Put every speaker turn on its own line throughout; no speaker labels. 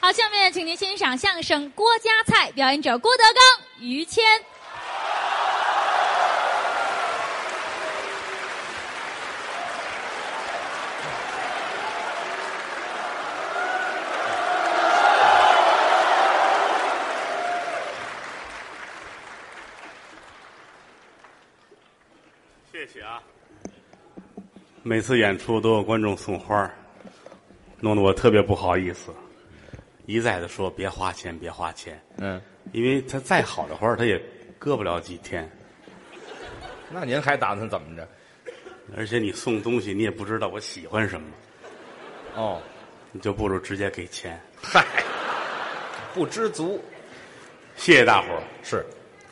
好，下面请您欣赏相声《郭家菜》，表演者郭德纲、于谦。
谢谢啊！每次演出都有观众送花儿弄得我特别不好意思，一再的说别花钱，别花钱，
嗯，
因为他再好的花儿他也搁不了几天，
那您还打算怎么着？
而且你送东西你也不知道我喜欢什么，
哦，
你就不如直接给钱。
嗨，不知足
谢谢大伙儿，
是，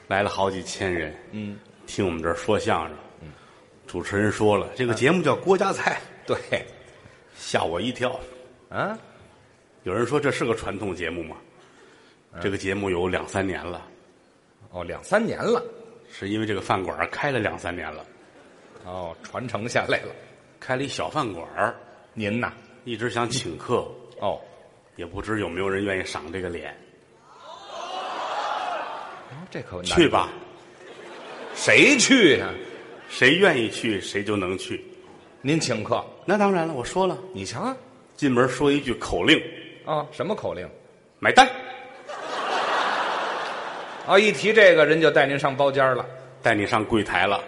来了好几千人，
嗯，
听我们这儿说相声。主持人说了，
嗯
这个节目叫《郭家菜
对，》，
吓我一跳。
啊，
有人说这是个传统节目吗？这个节目有两三年了。
哦，两三年了，
是因为这个饭馆儿开了两三年了，
哦，传承下来了。
开了一小饭馆儿
您呐，
一直想请客，
哦，
也不知有没有人愿意赏这个脸。
哦这可难
去，吧，
谁去呀、
谁愿意去谁就能去。
您请客，
那当然了，我说了，
你瞧啊，
进门说一句口令，
哦，什么口令？
买单，
哦，一提这个人就带您上包间了，
带你上柜台了，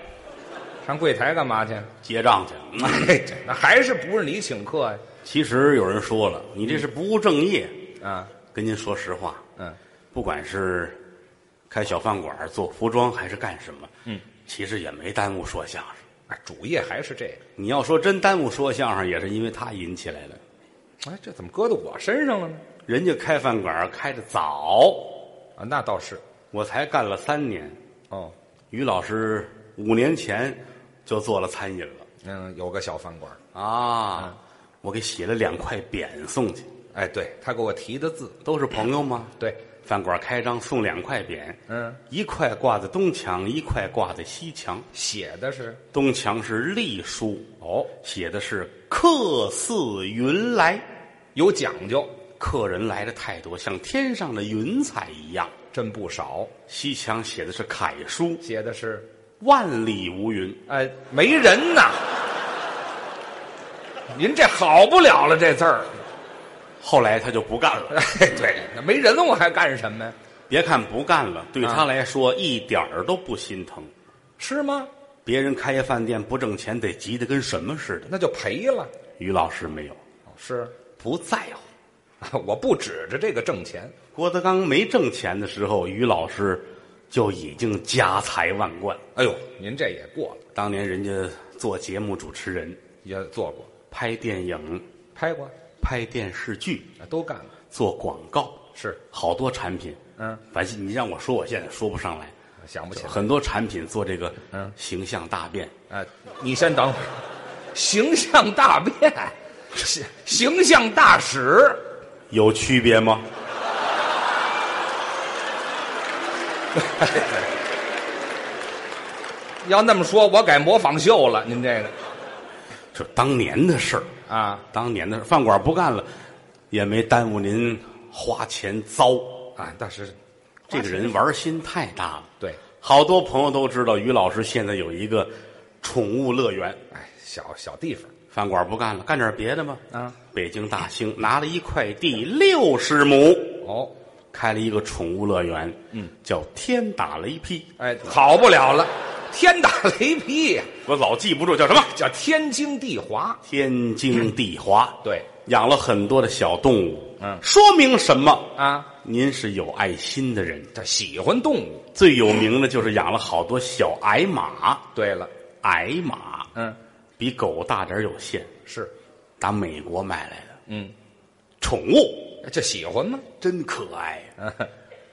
上柜台干嘛 去？
结账去。 嗯
哎，这那还是不是你请客呀、
其实有人说了，你这是不务正业。
啊，
跟您说实话，
嗯，
不管是开小饭馆儿做服装还是干什么，嗯，其实也没耽误说相声。
哎，主业还是这个。
你要说真耽误说相声，也是因为他引起来的。
哎，这怎么搁到我身上了呢？
人家开饭馆儿开的早，
啊，那倒是。
我才干了三年。
哦，
于老师五年前就做了餐饮了
嗯，有个小饭馆儿。
啊，我给写了两块匾送去，
哎，对他给我提的字，
都是朋友吗？
对，
饭馆开张送两块匾，
嗯，
一块挂在东墙，一块挂在西墙。
写的是
东墙是隶书，
哦，
写的是“客似云来
有讲究，”，
客人来的太多，像天上的云彩一样。
真不少。
西墙写的是楷书
写的是，
“万里无云”。
哎，没人呐。 您这好不了了，这字儿。
后来他就不干了。
哎，对，那没人我还干什么呀？
别看不干了，对他来说一点儿都不心疼。
是吗？
别人开业饭店不挣钱，得急得跟什么似的。
那就赔了。
于老师没有，
哦是，
不在乎。
我不指着这个挣钱。
郭德纲没挣钱的时候，于老师就已经家财万贯。
哎呦，您这也过了，
当年人家做节目主持人，
也做过，
拍电影、
拍过，
拍电视剧、
啊都干了。
做广告，
是，
好多产品。
嗯，
反正你让我说，我现在说不上来。
想不起来。
很多产品做这个，
嗯
形象大变。
哎，你先等会儿，形象大变，形形象大使，
有区别吗？
要那么说，我改模仿秀了。您这个
这当年的事儿，
啊
当年的事儿饭馆不干了，也没耽误您花钱糟。
啊，大师，
这
啊
个人玩心太大了。
对，
好多朋友都知道，于老师现在有一个宠物乐园。
哎，小小地方
饭馆不干了，干点别的吧。
啊，
北京大兴拿了一块地六十亩，
哦，
开了一个宠物乐园，嗯，叫天打雷劈。
哎，好不了了，天打雷劈呀，
我老记不住叫什么，
叫天经地华。
天经地华。
对，
养了很多的小动物，
嗯
说明什么？
啊，
您是有爱心的人。
他喜欢动物。
最有名的就是养了好多小矮马，
对了，
矮马
嗯，
比狗大点儿有限，
是，
打美国买来的
嗯，
宠物，
这喜欢吗？
真可爱呀、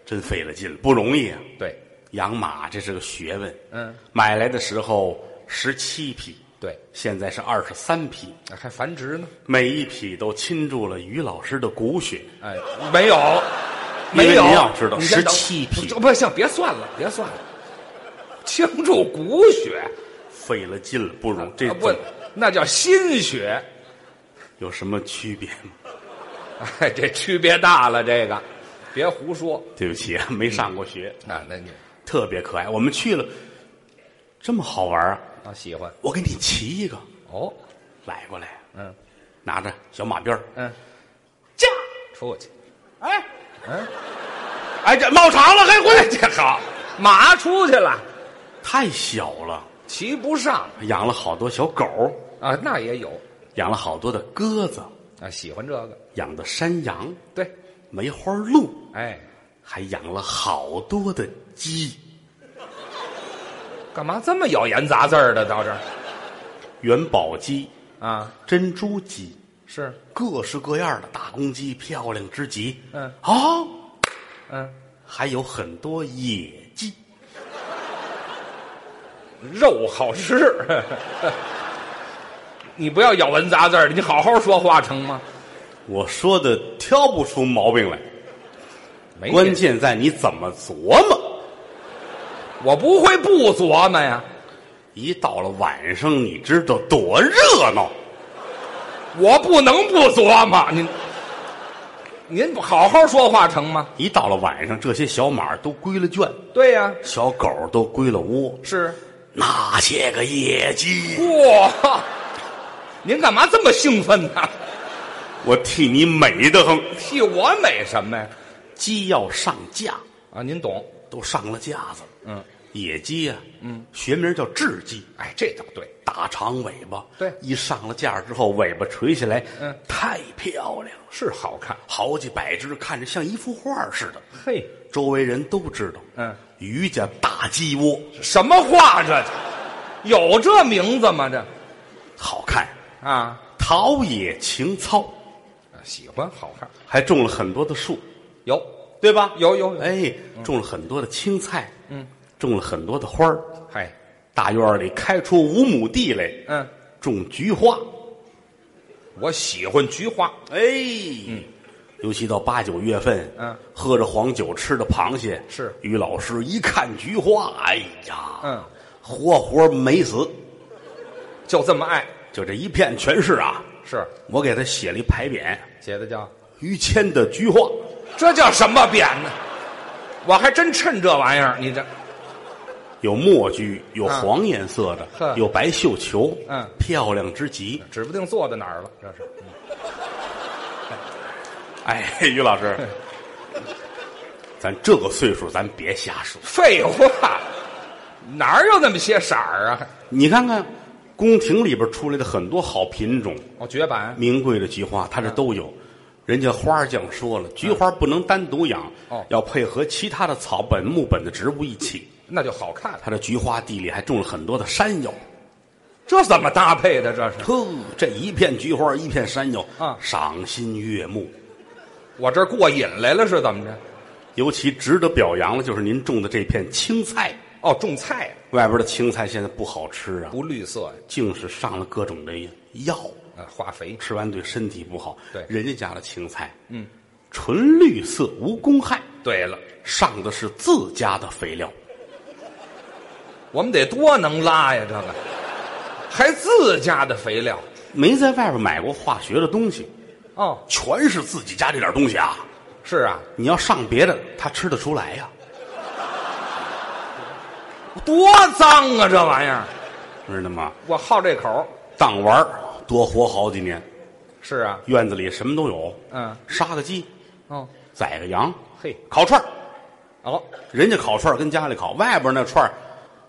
真费了劲了，不容易啊！
对，
养马这是个学问。
嗯，
买来的时候十七匹，
对，
现在是二十三匹，
还繁殖呢。
每一匹都倾注了于老师的骨血。
哎，没有，
因为
没有。
您要知道
你先等
17匹
不不行，别算了，别算了，倾注骨血，
费了劲了，不容这
啊
怎
不
么，
那叫心血。
有什么区别吗？
哎， 这区别大了，这个，别胡说
对不起，没上过学，
啊！那你
特别可爱。我们去了，这么好玩啊！
啊喜欢
我给你骑一个，
哦，
来过来，
嗯
拿着小马鞭儿，
嗯，
驾！
出去，
哎
嗯，
哎，这冒长了，还回来，
这好，马出去了，
太小了。
骑不上
养了好多小狗，
啊，那也有
养了好多的鸽子，
啊，喜欢这个，
养的山羊、
对，
梅花鹿，
哎，
还养了好多的鸡。
干嘛这么咬言杂字儿的到这儿
元宝鸡、
啊？
珍珠鸡，
是，
各式各样的大公鸡，漂亮之极。
嗯
啊，
嗯，
还有很多野鸡，
肉好吃， 你不要咬文杂字儿，你好好说话成吗？
我说的挑不出毛病来，
没
关
劲
键在你怎么琢磨。
我不会不琢磨呀，
一到了晚上，你知道多热闹。
我不能不琢磨您。您好好说话成吗？
一到了晚上，这些小马都归了圈，
对呀、
小狗都归了窝，
是。
那些个野鸡，
哇， 您干嘛这么兴奋呢、
我替你美得很。
替我美什么呀？
鸡要上架，
啊，您懂。
都上了架子了。
嗯，
野鸡呀、嗯，学名叫雉鸡，
哎，这倒对。
大长尾巴。
对
一上了架之后，尾巴垂下来，
嗯，
太漂亮了，
是好看。
好几百只，看着像一幅画似的。
嘿，
周围人都知道，
嗯，
于家大鸡窝
什么话这？有这名字吗？这
好看，
啊，
陶冶情操，
喜欢好看。
还种了很多的树，
有
对吧？
有有有嗯
哎，种了很多的青菜，嗯，种了很多的花儿。
嗨，
大院里开出五亩地来，
嗯，
种菊花。
我喜欢菊花。
哎，嗯，尤其到八九月份，
嗯，
喝着黄酒，吃着螃蟹，
是
于老师一看菊花，哎呀，
嗯，
活活没死，
就这么爱。
就这一片全是啊。
是
我给他写了一牌匾，
写的叫
于谦的菊花，
这叫什么匾呢？我还真趁这玩意儿，你这
有墨菊，有
嗯
黄颜色的，
呵
有白绣球，
嗯
漂亮之极。
指不定坐在哪儿了。这是
哎，于老 师，咱这个岁数，咱别瞎说。
废话，哪儿有那么些色儿啊？
你看看，宫廷里边出来的很多好品种，
哦，绝版
名贵的菊花，它这都
嗯
有。人家花匠说了，菊花不能单独养，
哦
要配合其他的草本、木本的植物一起。
那就好看了。
他这菊花地里还种了很多的山药，
嗯这怎么搭配的？这是
呵，这一片菊花，一片山药，
啊
赏心悦目。
我这儿过瘾来了是怎么着？
尤其值得表扬的就是您种的这片青菜，
哦，种菜
外边的青菜现在不好吃啊，
不绿色
竟是上了各种的药，
啊，化肥
吃完对身体不好。
对
人家家的青菜，嗯，纯绿色无公害，
对了，
上的是自家的肥料。
我们得多能拉呀，这个还自家的肥料
没在外边买过化学的东西，
哦，
全是自己家这点东西啊！
是啊，
你要上别的，他吃得出来呀、
多脏啊，这玩意儿，
知道吗？
我好这口。
当玩儿多活好几年，
是啊，
院子里什么都有，
嗯，
杀个鸡，
哦，
宰个羊，
嘿，
烤串儿
哦，
人家烤串儿跟家里烤，外边那串儿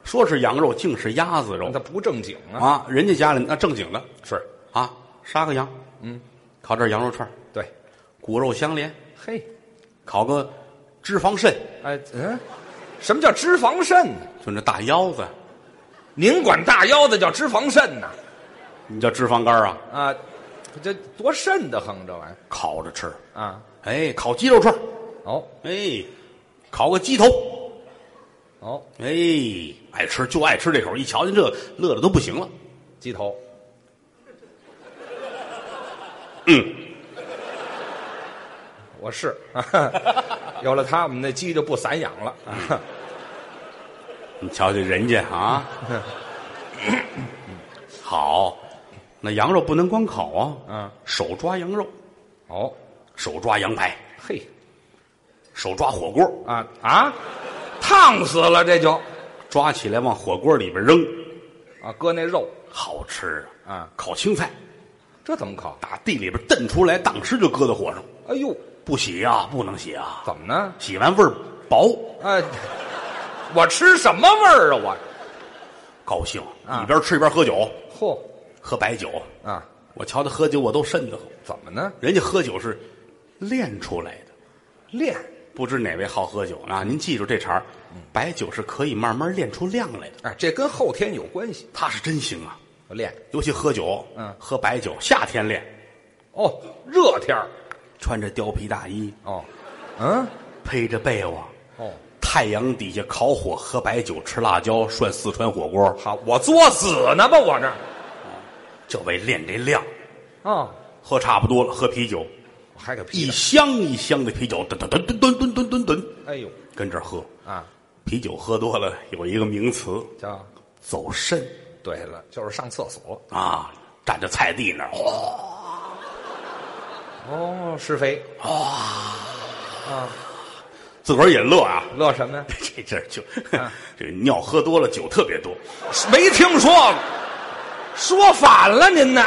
说是羊肉，竟是鸭子肉
那不正经啊，
啊！人家家里那正经的
是
啊，杀个羊，嗯，烤点羊肉串儿
对，
骨肉相连，
嘿，
烤个脂肪肾，
哎，嗯，什么叫脂肪肾呢？
就那大腰子，
您管大腰子叫脂肪肾呐？
你叫脂肪肝儿啊，
啊，这多肾得很，这玩意
烤着吃。
儿啊。
哎，烤鸡肉串儿
哦
哎，烤个鸡头，
哦，
哎，爱吃就爱吃这口，一瞧见这个，乐的都不行了。
鸡头，嗯，我是， 有了它，我们那鸡就不散养了。啊
你瞧瞧人家啊，好，那羊肉不能光烤啊，
嗯，
手抓羊肉，
哦，
手抓羊排，
嘿，
手抓火锅，
啊啊，烫死了这就
抓起来往火锅里边扔，
啊，搁那肉，
好吃
啊！
烤青菜，
这怎么烤？
打地里边蹬出来，当时就搁在火上，
哎呦，
不洗呀、不能洗啊，
怎么呢？
洗完味儿薄，
哎，我吃什么味儿啊？我
高兴，
啊
一边吃一边喝酒，
嚯
喝白酒。
啊，
我瞧他喝酒，我都瘆得慌。
怎么呢？
人家喝酒是练出来的，
练
不知哪位好喝酒啊？您记住这茬儿，白酒是可以慢慢练出量来的。
哎，这跟后天有关系。
他是真行啊，
练
尤其喝酒，
嗯
喝白酒，夏天练，
哦，热天儿
穿着貂皮大衣，
哦，嗯
披着被窝，
哦，
太阳底下烤火，喝白酒，吃辣椒，涮四川火锅，
好，我作死呢吧？我这
就为练这量。
啊，
喝差不多了，喝啤酒，
我还给
一
劈了。
箱一箱的啤酒，吨吨吨吨吨吨吨吨吨，
哎呦
跟这儿喝。
啊，
啤酒喝多了有一个名词，
叫
走肾
对了，就是上厕所
啊，站在菜地那儿，哗
哦，施肥啊，
自个儿也乐啊。
乐什么呀？
这阵儿就
啊
这尿喝多了，酒特别多。
没听说过，说反了您呢。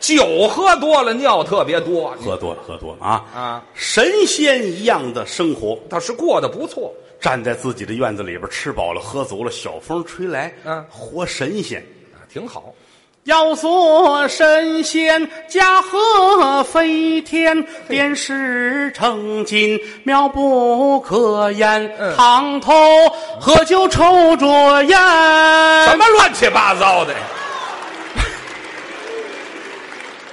酒喝多了，尿特别多，
喝多了，喝多了啊
啊！
神仙一样的生活，
倒是过得不错。
站在自己的院子里边，吃饱了，喝足了，小风吹来，
嗯
活神仙。
啊，挺好。
要做神仙，驾鹤飞天，点石成金，妙不可言。
嗯
堂头喝酒抽着烟，
什么乱七八糟 的呀？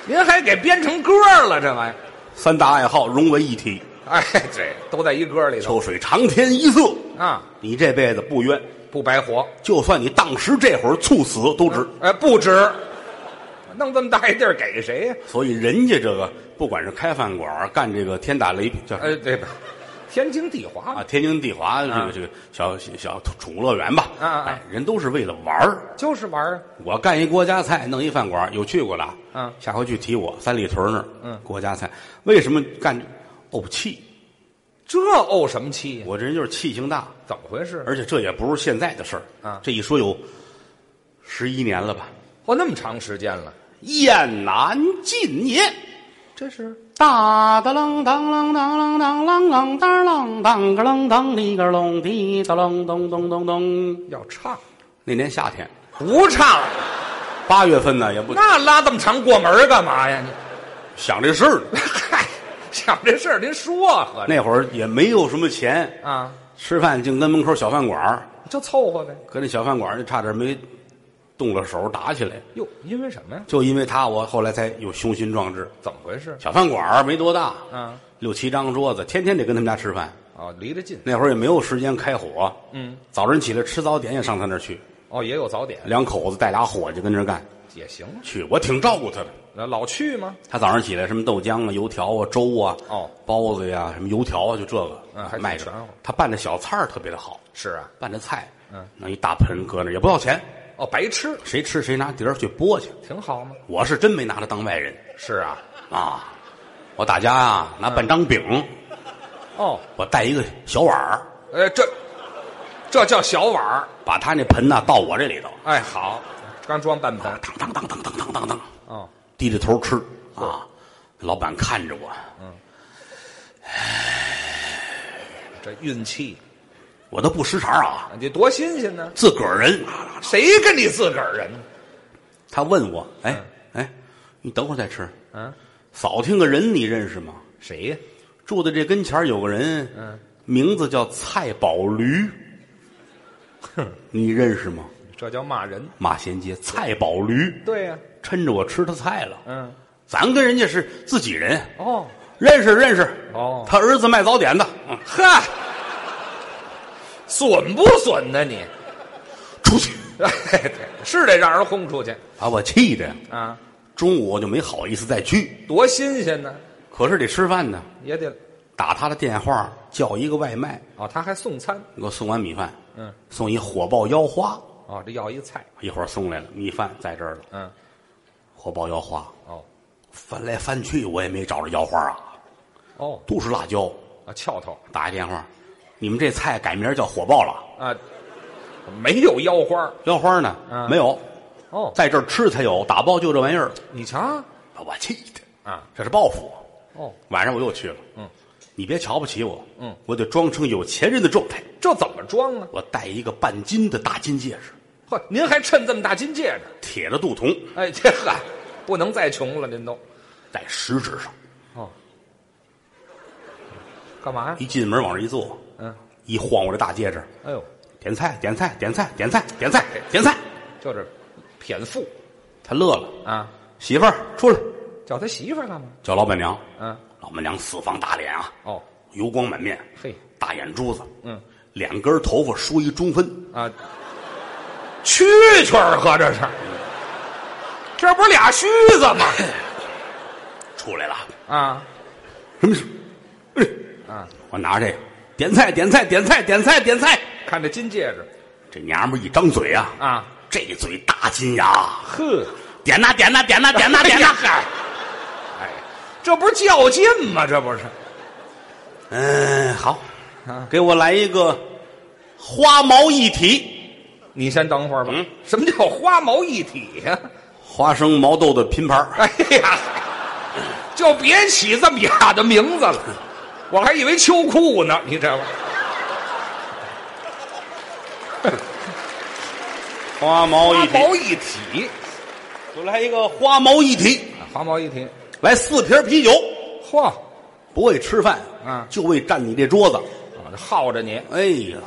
您还给编成歌了，这玩意儿？
三大爱好融为一体，
哎，这都在一歌里头
秋水长天一色。
啊，
你这辈子不冤，
不白活。
就算你当时这会儿猝死都值。
哎，不值，弄这么大一地儿给谁呀？
所以人家这个不管是开饭馆儿干这个天打雷劈叫什么
哎，对吧？天经地华
啊，
嘛，
天津地华这
嗯
个这个小小宠物乐园吧，
啊啊
哎，人都是为了玩儿。
就是玩儿啊。
我干一国家菜，弄一饭馆，有去过的啊。
嗯
下回去提我三里屯那儿。
嗯
国家菜为什么干怄气？
这怄什么气呀？
我这人就是气性大，
怎么回事？
而且这也不是现在的事儿
啊
这一说有十一年了吧？
哦，那么长时间了，
燕南尽也，
这是
大的啷当啷当啷当啷啷当啷当个啷当里个啷滴的啷咚咚咚咚。
要唱
那年夏天，
不唱？
八月份呢，也不
那拉这么长过门儿干嘛呀？你
想这事儿呢。
嗨，想这事儿您说啊合着
那会儿也没有什么钱，
啊，
吃饭净跟门口小饭馆儿，
就凑合呗。
跟那小饭馆儿就差点没动了手打起来。
哟，因为什么呀？
就因为他，我后来才有雄心壮志。
怎么回事？
小饭馆儿没多大，
嗯，
六七张桌子，天天得跟他们家吃饭。
哦，离得近，
那会儿也没有时间开火，
嗯，
早晨起来吃早点也上他那儿去，
哦，也有早点
两口子带俩伙计跟那儿干
也行，
去。我挺照顾他的，
那老去吗？
他早上起来什么豆浆啊、油条啊、粥啊、
哦
包子呀、什么油条啊，就这个，
嗯还挺
卖着
全乎。
他拌的小菜儿特别的好，
是啊，
拌的菜，
嗯，
弄一大盆搁那儿也不要钱，
哦，白吃
谁吃谁拿碟儿去拨去。
挺好吗？
我是真没拿他当外人
是啊，
啊，我打家啊拿半张饼，
哦，
我带一个小碗儿，
呃，这这叫小碗儿。
把他那盆呐倒我这里头，
哎，好，刚装半盆。
当当当当当当当当，
哦，
低着头吃啊。老板看着我，
这运气，
我都不识茬儿啊，
你多新鲜呢！
自个儿人。
谁跟你自个儿人？
他问我，哎哎，你等会儿再吃。
嗯，
扫听个人你认识吗？
谁呀？
住在这跟前儿有个人，
嗯，
名字叫蔡宝驴，你认识吗？
这叫骂人。
马衔街蔡宝驴，
对呀、
趁着我吃他菜了，
嗯，
咱跟人家是自己人，
哦，
认识认识。
哦
他儿子卖早点的，嗯
呵，损不损呢你？
出去
哎，对，是得让人轰出去
把我气的，
啊，
中午我就没好意思再去。
多新鲜呢！
可是得吃饭呢，
也得
打他的电话叫一个外卖，
哦，他还送餐，
给我送碗米饭，
嗯，
送一火爆腰花，
哦，这要一菜，
一会儿送来了米饭在这儿了，
嗯，
火爆腰花，
哦，
翻来翻去我也没找着腰花啊，
哦，
都是辣椒。
啊，翘头
打一电话，你们这菜改名叫火爆了，
啊，没有腰花儿
腰花呢？
嗯
没有，
哦，
在这儿吃才有，打包就这玩意儿，
你瞧
把我气的，
啊，
这是报复我。
哦，
晚上我又去了，
嗯，
你别瞧不起我，
嗯，
我得装成有钱人的状态，
这怎么装啊？
我戴一个半斤的大金戒指，
呵，您还趁这么大金戒指？
铁的镀铜，
哎，这嗨，不能再穷了，您都
在食指上，
哦，干嘛呀？
一进门往这一坐，
嗯，
一晃我这大戒指，
哎呦，
点菜，点菜，点菜，点菜，点菜，点菜，
就是偏富
他乐了，
啊，
媳妇儿出来
叫他媳妇儿干嘛？
叫老板娘，
嗯，
老板娘四方大脸啊，
哦，
油光满面，
嘿，
大眼珠子，
嗯
两根头发梳一中分，
啊，蛐蛐儿合这是，这不是俩须子吗？
出来了，
啊
什么事？哎
啊，
我拿这个点菜，点菜，点菜，点菜，点菜。
看这金戒指
这娘们儿一张嘴啊，
啊，
这嘴大金牙，
呵，
点呐点呐点呐点呐点 呐，
嗨，哎，这不是较劲吗？这不是
嗯，好
啊，
给我来一个花毛一体，
你先等会儿吧。
嗯
什么叫花毛一体呀、
花生毛豆的拼盘儿
哎呀，就别起这么雅的名字了，我还以为秋裤呢。你这玩意儿
花毛
花
一体，
毛一体，
我来一个花毛一体，
啊花毛一体，
来四瓶啤酒，
嚯，啊，
不为吃饭，
嗯
就为占你这桌子。
这耗着你
哎呀，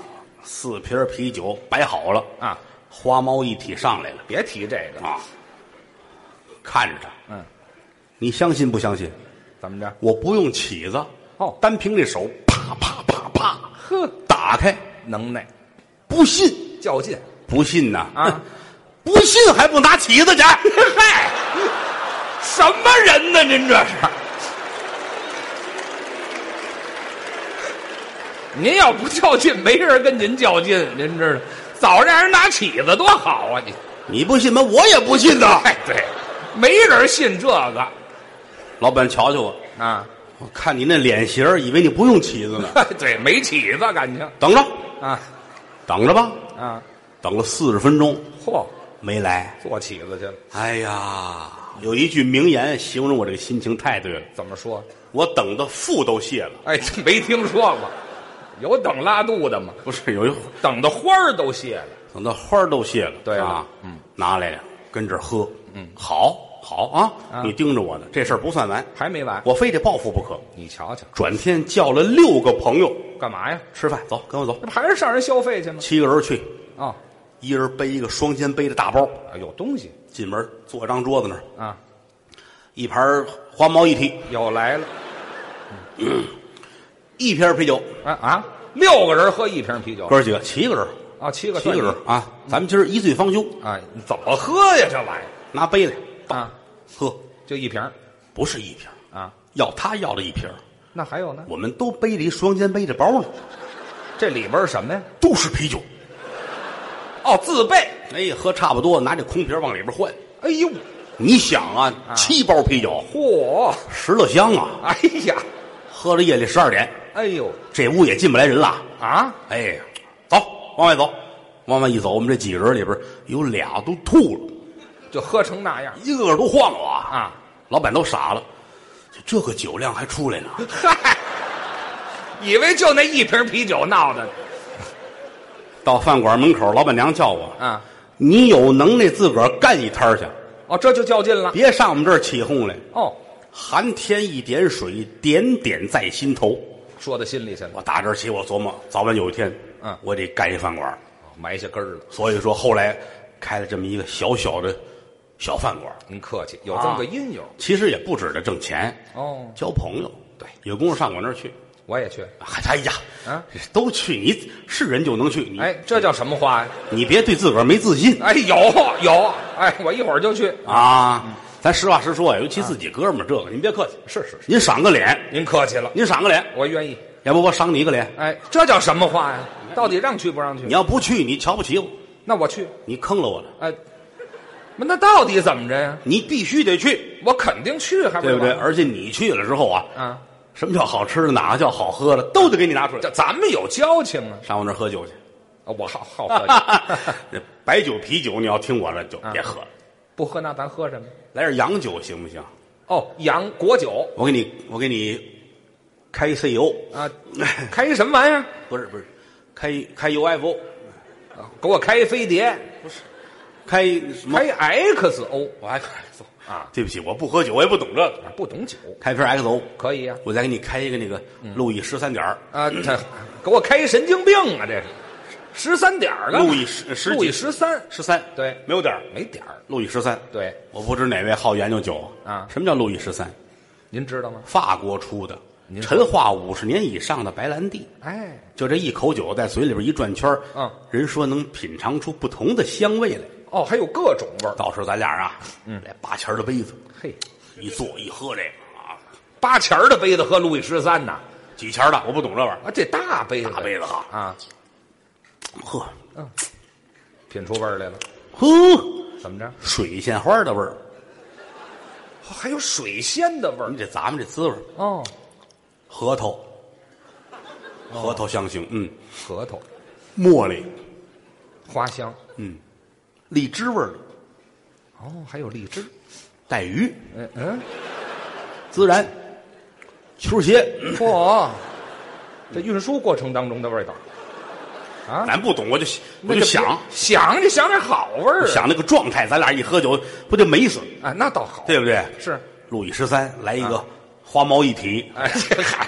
四瓶啤酒摆好了，
啊！
花毛一体上来了
别提这个，
啊，看着他，
嗯，
你相信不相信？
怎么着？
我不用起子，
哦
单凭这手，啪啪啪啪，
呵，
打开，
能耐，
不信，
较劲
不信呐
啊！
不信还不拿起 子去？
嗨，什么人呢？您这是？ 您要不较劲，没人跟您较劲，您知道？早让人拿起子多好啊！你
你不信吗？我也不信 呐。
哎，对，没人信这个
老板瞧瞧我，
啊！
我看你那脸型儿，以为你不用起 子呢。
哎对，没起子，感情
等着，
啊
等着吧，
啊！
等了四十分钟
嚯，
没来。
做起子去了，
哎呀，有一句名言形容我这个心情太对了，
怎么说？
我等的腹都泄了。
哎，这没听说过，有等拉肚的吗？
不是有一会儿
等的花儿都谢了。
等到花儿都谢了，
对了
啊，嗯，拿来了，跟这儿喝，嗯，好，好啊，
啊
你盯着我呢，这事儿不算完，
还没完，
我非得报复不可。
你瞧瞧，
转天叫了六个朋友
干嘛呀？
吃饭，走，跟我走
这，不还是上人消费去吗？
七个人去，
啊、
一人背一个双肩背的大包，
有东西
进门坐张桌子那儿，
啊，
一盘儿花毛一体，
又来了
一瓶儿啤酒，
啊啊！六个人喝一瓶啤酒
哥儿几个，七个人，
啊，七个
七个
算
人啊，咱们今儿一醉方休，
你啊，你怎么喝呀？这玩意
拿杯来
儿啊，
喝，
就一瓶
不是一瓶儿，
啊。
要他要了一瓶儿，
那还有呢？
我们都背了一双肩背的包呢，
这里边是什么呀？
都是啤酒。
哦，自备。
哎呀，喝差不多，拿这空瓶往里边换。
哎呦，
你想啊，七包啤酒，
嚯！
十乐箱啊，
哎呀，
喝到夜里十二点，
哎呦
这屋也进不来人了。
啊！
哎，走，往外走，往外一走，我们这几个人里边有俩都吐了，
就喝成那样
一个个都晃了啊！
啊！
老板都傻了，这个酒量还出来呢？
嗨，以为就那一瓶啤酒闹的
到饭馆门口，老板娘叫我
啊？
你有能耐自个儿干一摊儿去，
哦，这就较劲了。
别上我们这儿起哄来。
哦，
寒天一点水，点点在心头。
说到心里去了，
我打这儿起，我琢磨，早晚有一天，
嗯
我得盖一饭馆儿。
哦埋下根儿了。
所以说，后来开了这么一个小小的小饭馆儿，
您客气，有这么个因由。
其实也不指着挣钱，
哦，
交朋友。
对，
有功夫上我那儿去。
我也去。
哎哎呀，
啊，
都去，你是人就能去。你
哎，这叫什么话呀？
你别对自个儿没自信
哎，有有，哎，我一会儿就去。
啊！咱实话实说，尤其自己哥们儿，这个您别客气。
是是是，
您赏个脸，
您客气了，
您赏个脸，
我愿意。
要不我赏你一个脸。
哎，这叫什么话呀？到底让去不让去
你？要不去，你瞧不起我，
那我去。
你坑了我了。
哎，那到底怎么着呀？
你必须得去，
我肯定去，还
对不对？
完了
而且你去了之后啊，
啊，
什么叫好吃的，哪个叫好喝的，都得给你拿出来
这。咱们有交情啊！
上我那儿喝酒去，
啊我好好喝 酒，
那白酒、啤酒，你要听我的就
啊
别喝了，
不喝那咱喝什么？
来点洋酒行不行？
哦，洋果酒
我给你，我给你开 CEO，
啊，开一什么玩意儿？
不是不是，开开 UFO，
啊给我开一飞碟，
开什么？
开 XO
我还 XO
啊！
对不起，我不喝酒，我也不懂这个。
不懂酒
开瓶 XO，
可以啊呀、
我再给你开一个那个
嗯
路易十三点儿，
啊，这给我开一神经病啊！这是十三点儿了，
路易十十几
路易十三
十三，
对
没有点儿，
没点儿，
路易十三。
对，
我不知哪位好研究酒
啊
什么叫路易十三？
您知道吗？
法国出的，
您说
陈化五十年以上的白兰地，
哎，
就这一口酒在嘴里边一转圈儿
嗯，
人说能品尝出不同的香味来。
哦，还有各种味儿，
到时候咱俩啊，
嗯
来八钱儿的杯子，
嘿，
一坐一喝这个啊，
八钱儿的杯子喝路易十三呐，
几钱儿的我不懂这玩意儿，
啊，这大杯子，
大杯子哈，
啊，
喝，
品出味儿来了，
呵，
怎么着？
水仙花的味儿，
哦还有水仙的味儿
你这咱们这滋味儿，
哦，
核桃，核桃香型，嗯，
核桃、
茉莉，
花香，
荔枝味儿的，
哦，还有荔枝，
带鱼，
嗯 嗯，
孜然，球鞋，
嚯，这运输过程当中的味道，啊，
咱不懂，我就我
那
就
就
想
别想就想点好味儿啊，
想那个状态，咱俩一喝酒不就美死，
啊，那倒好，
对不对？啊
是，
路易十三来一个花猫一体，
哎，这嗨，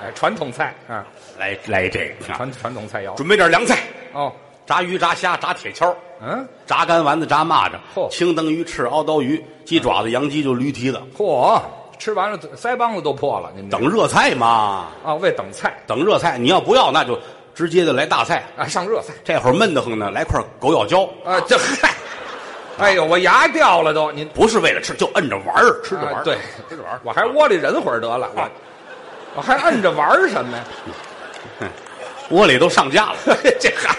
哎，传统菜啊，
来来这个，啊
传传统菜肴，
准备点凉菜，
哦，
炸鱼、炸虾、炸铁锹，
嗯，
炸干丸子、炸蚂蚱，
嚯
青灯鱼、翅、凹刀鱼、鸡爪子、羊鸡就驴蹄子，
嚯，吃完了腮帮子都破了，您这
等热菜嘛，
啊，为等菜
等热菜，你要不要那就直接就来大菜，
啊，上热菜
这会儿闷得慌呢，来块狗咬椒，
啊，这嗨，哎呦，我牙掉了都，您
不是为了吃，就摁着玩儿，吃着玩
啊
儿，
对，
吃着玩儿，啊
我还窝里忍会儿得了，我我还摁着玩儿什 么呀？
窝里都上架了。
这海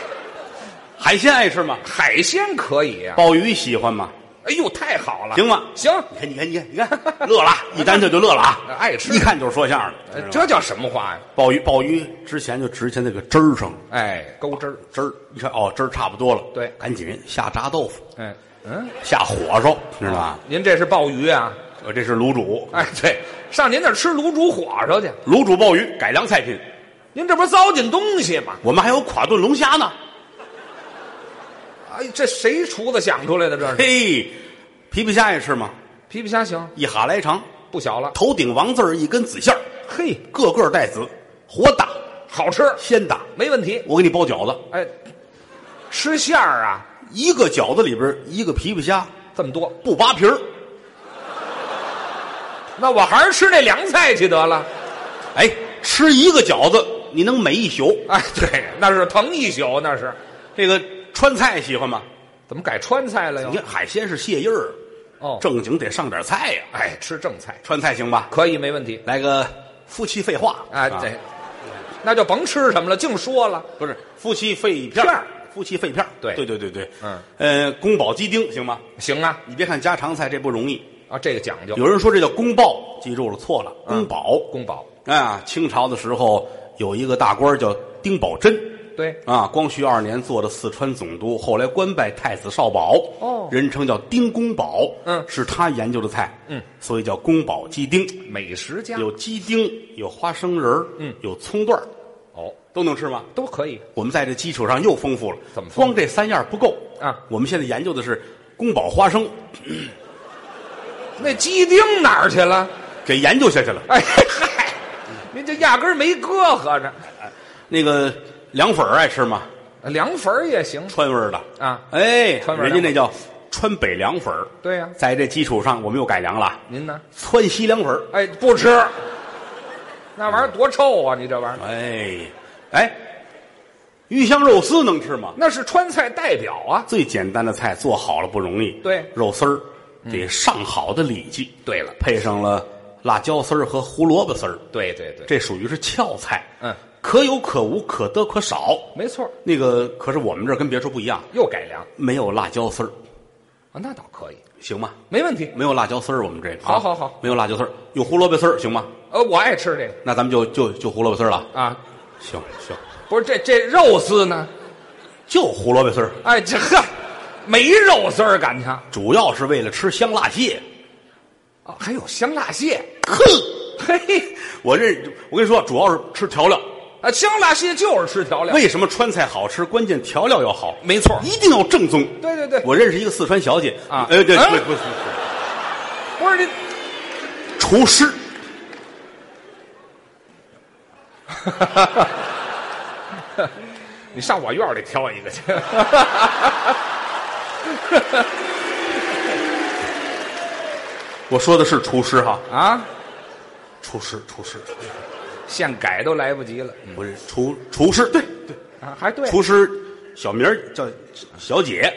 海鲜爱吃吗？
海鲜可以啊，
鲍鱼喜欢吗？
哎呦，太好了，
行吗
行，
你看，你看，你看，你看，乐了啊，一沾这就乐了 啊！
爱吃
一看就是啊说相声
呃
的。知道吗
这叫什么话呀？
鲍鱼，鲍鱼之前就值钱那个汁儿上，
哎，勾汁儿，
汁儿一看哦，汁儿差不多了，
对
赶紧下炸豆腐，
哎，嗯，
下火烧，知道吧？
您这是鲍鱼啊？
我这是卤煮，
哎，对，上您那儿吃卤煮火烧去，
卤煮鲍鱼改良菜品，
您这不是糟践东西吗？
我们还有垮炖龙虾呢。
哎，这谁厨子想出来的？这是
嘿，皮皮虾爱吃吗？
皮皮虾行，
一哈来长，
不小了，
头顶王字儿一根紫线儿
嘿，
个个带籽，活打
好吃，
鲜打。
没问题。
我给你包饺子，
哎，吃馅儿啊，
一个饺子里边一个皮皮虾，
这么多，
不扒皮儿。
那我还是吃那凉菜去得了。
哎，吃一个饺子你能美一宿。
哎，对，那是疼一宿，那是。
这个川菜喜欢吗？
怎么改川菜了
你
又？
看海鲜是蟹印儿，
哎哦，
正经得上点菜呀、
哎，吃正菜
川菜行吧？
可以，没问题。
来个夫妻肺话
啊，对，那就甭吃什么了，净说了。
不是夫妻肺片
片儿
儿，夫妻肺片儿
对
对对对对，
嗯，
呃，宫保鸡丁行吗？
行啊，
你别看家常菜这不容易，
啊，这个讲究。
有人说这叫宫爆，记住了，错了，
嗯
宫保、
宫保，
啊，清朝的时候有一个大官儿叫丁宝桢，
对，
啊，光绪二年做的四川总督，后来官拜太子少保，
哦
人称叫丁公保，
嗯
是他研究的菜，
嗯，
所以叫宫保鸡丁，
美食家
有鸡丁，有花生仁儿，
嗯
有葱段儿，
哦，
都能吃吗？
都可以。
我们在这基础上又丰富了，
怎么丰富
光这三样不够
啊
我们现在研究的是宫保花生，
那鸡丁哪儿去了？
给研究下去了。
哎嗨，您这压根儿没搁合着。
那个凉粉儿爱吃吗？
凉粉儿也行
川味儿的
啊，
哎，
川味儿
人家那叫川北凉粉儿。
对呀
在这基础上，我们又改良了，
您呢？
川西凉粉儿。
哎，不吃，那玩意儿多臭啊！你这玩意儿，
哎，哎，鱼香肉丝能吃吗？
那是川菜代表啊。
最简单的菜做好了不容易，
对嗯
肉丝儿得上好的里脊，
对了，
配上了辣椒丝儿和胡萝卜丝儿，
对对对，
这属于是俏菜，
嗯，
可有可无，可得可少。
没错儿，
那个可是我们这儿跟别处不一样，
又改良
没有辣椒丝儿，
啊，那倒可以，
行吗？
没问题。
没有辣椒丝儿，我们这个啊
好好好，
没有辣椒丝儿，有胡萝卜丝儿行吗？
呃，我爱吃这个
那咱们就就就胡萝卜丝儿了。
啊，
行行，
不是这这肉丝呢？
就胡萝卜丝儿，
哎，这呵，没肉丝儿感情啊，
主要是为了吃香辣蟹。
还有香辣蟹，
哼，
嘿，
我认我跟你说，主要是吃调料。
啊，香辣蟹就是吃调料，
为什么川菜好吃？关键调料要好，
没错，
一定要正宗。
对对对
我认识一个四川小姐
啊
呃，对，
嗯
不不不，
不是你
厨师，
你上我院儿里挑一个去。
我说的是厨师哈，
啊，
厨师厨师，厨师
现改都来不及了
不是厨厨师，对对，
啊，还对
厨师小名儿叫小姐，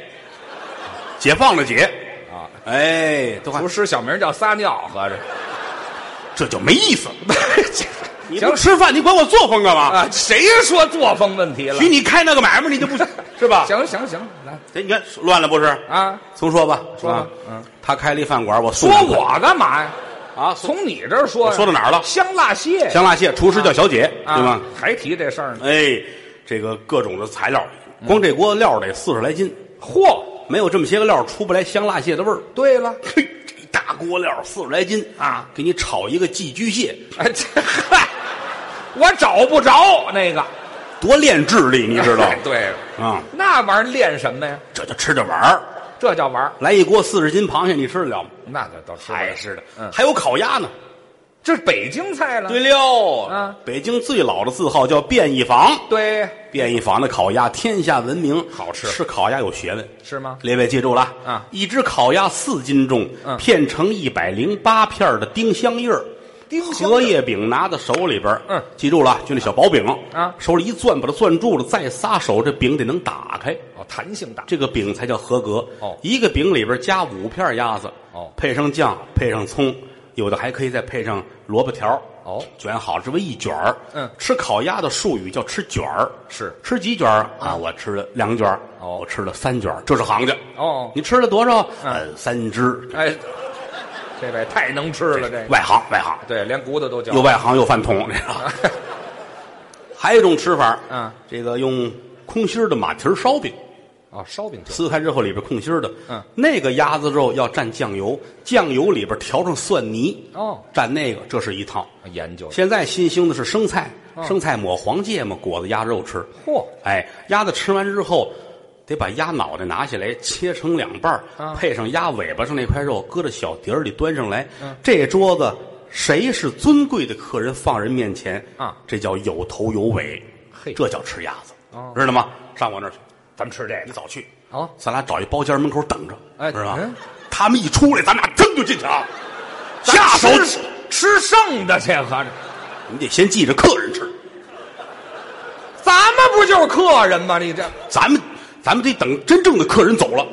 解放的解，
啊，
哎，都还
厨师小名叫撒尿，合着
这就没意思。你
行
不吃饭，你管我作风干嘛？
啊，谁说作风问题了
许？你开那个买卖，你就不是吧？
行行行，来
哎，你看乱了不是？
啊，
重说吧，
说吧
啊
嗯，
他开了一饭馆，我
说
说
我干嘛呀？
啊，从
从你这儿说呀，
说到哪儿了
香辣蟹，
香辣蟹，厨师叫小姐，
啊
对吗？？
还提这事儿呢？
哎，这个各种的材料，光这锅料得四十来斤，
嗯嚯，
没有这么些个料出不来香辣蟹的味儿。
对了，
嘿，这一 大锅料四十来斤
啊
给你炒一个寄居蟹，
哎，这嗨，我找不着那个，
多练智力，你知道
哎 对，
啊？
那玩意儿练什么呀？
这就吃着玩儿。
这叫玩儿，
来一锅四十斤螃蟹，你吃得了吗？
那倒倒是
还是的，
嗯，
还有烤鸭呢。
这是北京菜了。
对了，
啊
北京最老的字号叫便宜坊，
对，
便宜坊的烤鸭天下闻名，
好吃
吃烤鸭有学问，
是吗？
列位记住了
啊
一只烤鸭四斤重，
嗯
片成一百零八片的丁香叶儿
丁香叶
荷叶饼拿在手里边儿
嗯
记住了，就那小薄饼
啊
手里一攥，把它攥住了，再撒手，这饼得能打开，
哦，弹性大。
这个饼才叫合格。
哦
一个饼里边加五片鸭子，
哦
配上酱，配上葱，有的还可以再配上萝卜条儿
哦
卷好这么一卷儿。
嗯
吃烤鸭的术语叫吃卷儿，
是
吃几卷儿啊？我吃了两卷儿，
哦
我吃了三卷儿，这是行家。
哦
你吃了多少？
嗯
呃，三只。
哎，这位太能吃了，这
外行，外行，
对，连骨头都嚼
又。外行又饭桶，你知道吗。 还有一种吃法，
嗯，
这个用空心儿的马蹄儿烧饼，
哦，烧饼
撕开之后里边空心儿的，
嗯
那个鸭子肉要蘸酱油，酱油里边调上蒜泥，
哦，
蘸那个，这是一套。
研究
现在新兴的是生菜，生菜抹黄芥末裹着鸭肉吃。
哦嚯，
哎，鸭子吃完之后，得把鸭脑袋拿起来切成两半儿、
啊
配上鸭尾巴上那块肉，搁到小碟儿里端上来。
嗯
这桌子谁是尊贵的客人放人面前
啊
这叫有头有尾，
嘿
这叫吃鸭子，
哦
知道吗？上我那儿去，
咱们吃这
你
个
早去。
哦，
咱俩找一包间门口等着，
哎
知道吧
嗯？
他们一出来，咱俩噌就进去啊！下手
咱吃吃剩的去，合着
你得先记着客人吃，
咱们不就是客人吗？你这
咱们咱们得等真正的客人走了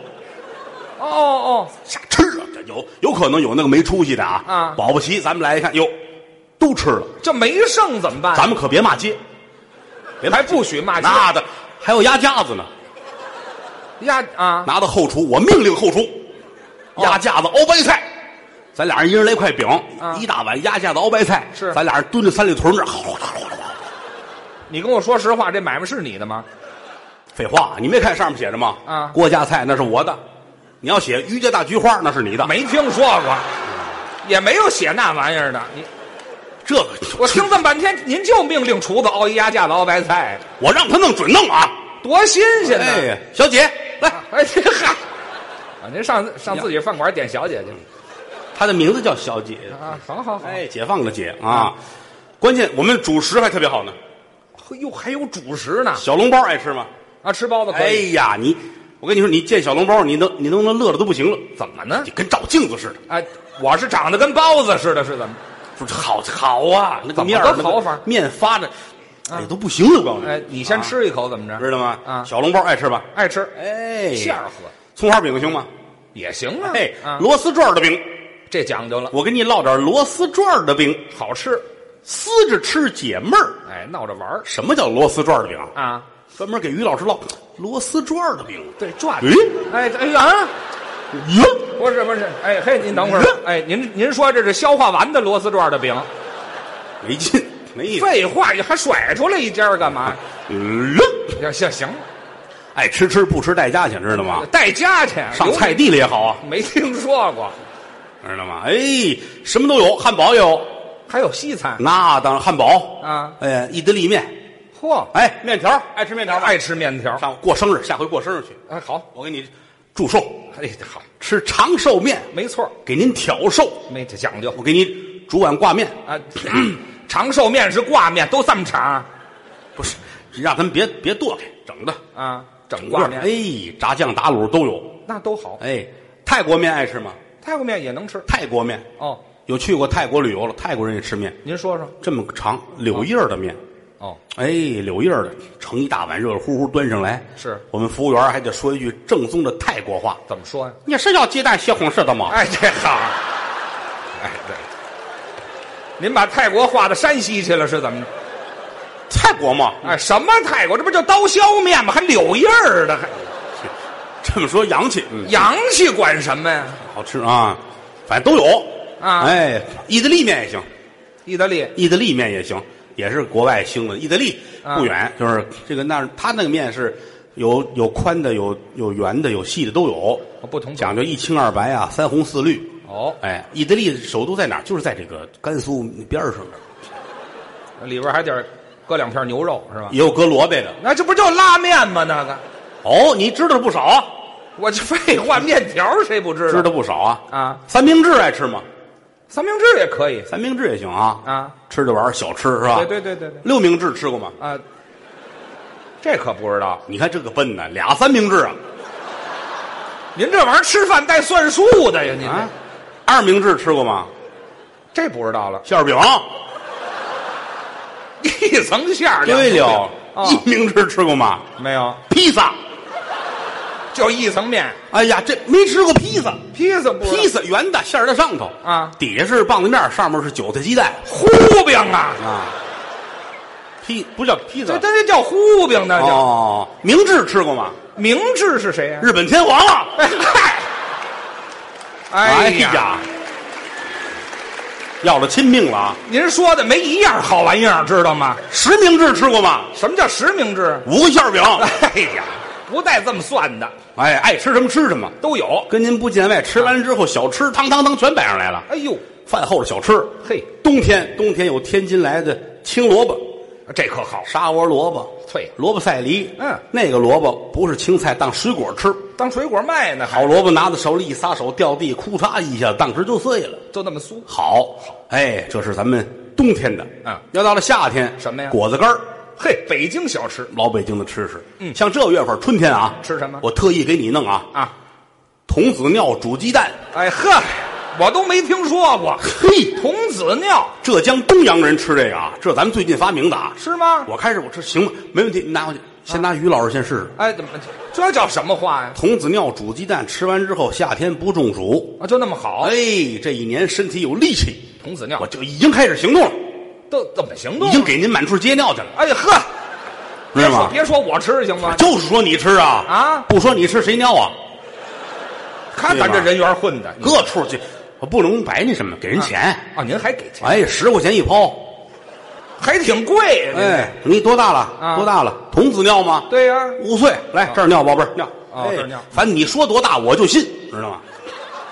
哦哦
下吃啊！这有有可能有那个没出息的啊
啊
保不齐咱们来一看，哟，都吃了，
哦，这没剩怎么办？
咱们可别骂街，别
还不许骂街
那的还有鸭架子呢，
呀啊！
拿到后厨，我命令后厨，
哦
鸭架子熬白菜。咱俩人一人来块饼，
啊
一大碗鸭架子熬白菜。
是
咱俩人蹲着三里屯那儿，哗哗哗哗哗
你跟我说实话，这买卖是你的吗？
废话，你没看上面写着吗？
啊
郭家菜那是我的，你要写于家大菊花那是你的，
没听说过，也没有写那玩意儿的。你
这个
我听这么半天，您就命令厨子熬一鸭架子熬白菜，
我让他弄准弄啊！
多新鲜呢！
哎，小姐来，
哎，这嗨，啊，您上上自己饭馆点小姐去
她的名字叫小姐，
啊！好好好，
哎，解放的解啊。关键我们主食还特别好呢，
嘿呦，还有主食呢
小笼包爱吃吗？
啊！吃包子可
哎
以？
呀，你我跟你说，你见小笼包，你都你都能乐的都不行了，
怎么呢
你？跟照镜子似的。
哎，我是长得跟包子似的，是怎么？
不是好好啊，那个面儿那
怎么个
个
好法啊
面发着，哎都不行了，我告诉你。
哎，你先
啊，
吃一口怎么着？
知道吗？
啊
小笼包爱吃吧？
爱吃
哎，
馅儿喝
葱花饼行吗？
也行啊。
哎，
啊，
螺丝转儿的饼，
这讲究了，
我给你烙点螺丝转儿的饼，
好吃。
撕着吃解闷儿。
哎，闹着玩儿
什么叫螺丝转儿的饼？
啊，
专门给于老师烙螺丝转儿的饼。啊
对，转哎
咦，
哎哎呀，啊
哎哟，
不是不是，哎嘿，您等会儿，哎，您您说这是消化完的螺丝转的饼？
没劲，没意思。
废话，你还甩出来一家干嘛？
哟，
行行行，
爱吃吃不吃带家去，知道吗？
带家去
上菜地里也好啊，
没听说过，
知道吗？哎，什么都有，汉堡也有，
还有西餐。
那当然汉堡
啊
哎，意大利面，
嚯，
哎，面条，爱吃面条吧。
爱吃面条。
上过生日，下回过生日去，
哎，好，
我给你祝寿，
哎，好，
吃长寿面，
没错，
给您挑寿，
没这讲究
我给你煮碗挂面，
啊。 长寿面是挂面，都这么长
不是，让他们别别剁开，整的
啊，整
整
挂
个，
面，
哎，炸酱打卤都有，
那都好。
哎，泰国面爱吃吗？
泰国面也能吃
泰国面
哦。
有去过泰国旅游了，泰国人也吃面，
您说说
这么长柳叶儿的面，
哦，
哎，柳叶儿的盛一大碗，热热乎乎端上来。
是
我们服务员还得说一句正宗的泰国话
怎么说呀：“、
你是要鸡蛋西红柿的吗？”
哎，这好，哎对，您把泰国划到山西去了是怎么着？
泰国嘛，
哎，什么泰国？这不就刀削面吗？还柳叶儿的，还
这么说洋气，嗯，
洋气管什么呀？
好吃啊，反正都有
啊
哎，意大利面也行，
意大利
意大利面也行，也是国外兴的。意大利
啊
不远，就是这个那儿他那个面是有有宽的，有有圆的，有细的都有，
哦不同种
讲究一清二白啊，三红四绿。
哦，
哎，意大利首都在哪儿？就是在这个甘肃边儿上面，
里边还得搁两片牛肉是吧？
也有割萝卜的。
那这不就拉面吗？那个，
哦，你知道不少啊，
我这废话，面条谁不知道？
知道不少啊。
啊，
三明治爱吃吗？
三明治也可以
三明治也行啊。
啊。
吃这玩意儿小吃是吧？
对对对对对
六明治吃过吗？
啊，这可不知道。
你看这个笨呐，俩三明治啊
您这玩意儿吃饭带算数的呀？您这
啊！二明治吃过吗？
这不知道了，
馅儿饼。
一层馅儿。
对
两
了啊
层，
一
面
明治吃过吗？
哦，没有，
披萨。
就一层面。
哎呀，这没吃过披萨。
披萨不知道
披萨圆的，馅儿在上头
啊
底下是棒子面儿，上面是韭菜鸡蛋
糊饼啊，
啊。披不叫披萨
这，这这叫糊饼那叫。
哦，明治吃过吗？
明治是谁呀？
日本天皇啊！
哎嗨，
哎
哎呀，
呀，要了亲命了啊！
您说的没一样好玩意儿，知道吗？
实名制吃过吗？
什么叫实名制？
五个馅儿 饼，
哎呀，不带这么算的，
哎，爱吃什么吃什么，
都有。
跟您不见外。吃完之后，小吃汤汤汤全摆上来了，
哎呦，
饭后的小吃。
嘿，
冬天冬天有天津来的青萝卜、
这可好，
沙窝萝卜、
脆，
萝卜赛梨，
嗯
那个萝卜不是青菜，当水果吃。
当水果卖呢，
好萝卜拿到手里一撒手掉地，哭嚓一下，当时就碎了。
就那么酥。
好，哎，这是咱们冬天的。
嗯
要到了夏天，
什么呀
果子干儿，
嘿，北京小吃
老北京的吃食。嗯，像这月份春天啊，
吃什么
我特意给你弄啊，
啊，
童子尿煮鸡蛋。
哎呵，我都没听说过
嘿，
童子尿
浙江东阳人吃这个啊，这咱们最近发明的啊。
是吗？
我开始我吃行吗？没问题，你拿回去，先拿于老师先试试。
哎，怎么这叫什么话呀？
童子尿煮鸡蛋，吃完之后夏天不中暑。
啊，就那么好，
哎，这一年身体有力气，
童子尿
我就已经开始行动了，
都怎么行动啊
已？经给您满处接尿去了，
哎呀呵，
知
别
道
说
吗？
别说我吃行吗？
就是说你吃啊
啊
不说你吃谁尿啊？
看咱这人缘混的，
各处去，我不能白那什么，给人钱。
啊，您还给钱，
哎，十块钱一泡。
还挺贵。您
哎，你多大了？
啊
多大了？童子尿吗？，
对呀，
五岁。来这儿尿，宝贝儿尿。
哦
哎
这儿尿
反正你说多大我就信，知道吗？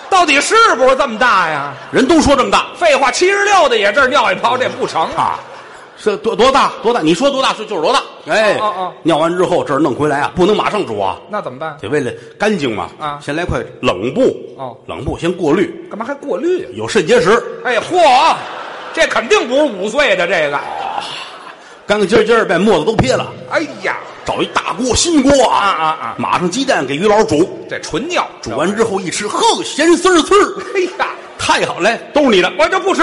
到底是不是这么大呀？
人都说这么大
废话，七十六的也这儿尿一泡，这不成
啊，
啊！
是多多大多大？你说多大是就是多大。哎，
哦哦哦
尿完之后这儿弄回来啊，不能马上煮啊，
那怎么办？
得为了干净嘛。
啊
先来块冷布。
哦
冷布先过滤，
干嘛还过滤啊？
有肾结石，
哎嚯，这肯定不是五岁的这个。
干干净净儿把沫子都撇了。
哎呀，
找一大锅新锅啊
啊啊
马上鸡蛋给于老煮，
这纯尿
煮完之后一吃，呵，咸丝儿丝儿，
哎呀，
太好，来都是你的，
我就不吃。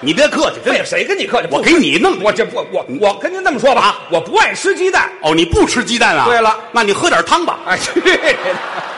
你别客气，真
这
的，
谁跟你客气？
我
不
给你弄。
我这不我我跟您这么说
啊
吧，我不爱吃鸡蛋。
哦，你不吃鸡蛋啊？
对了，
那你喝点汤吧。
哎，去你的！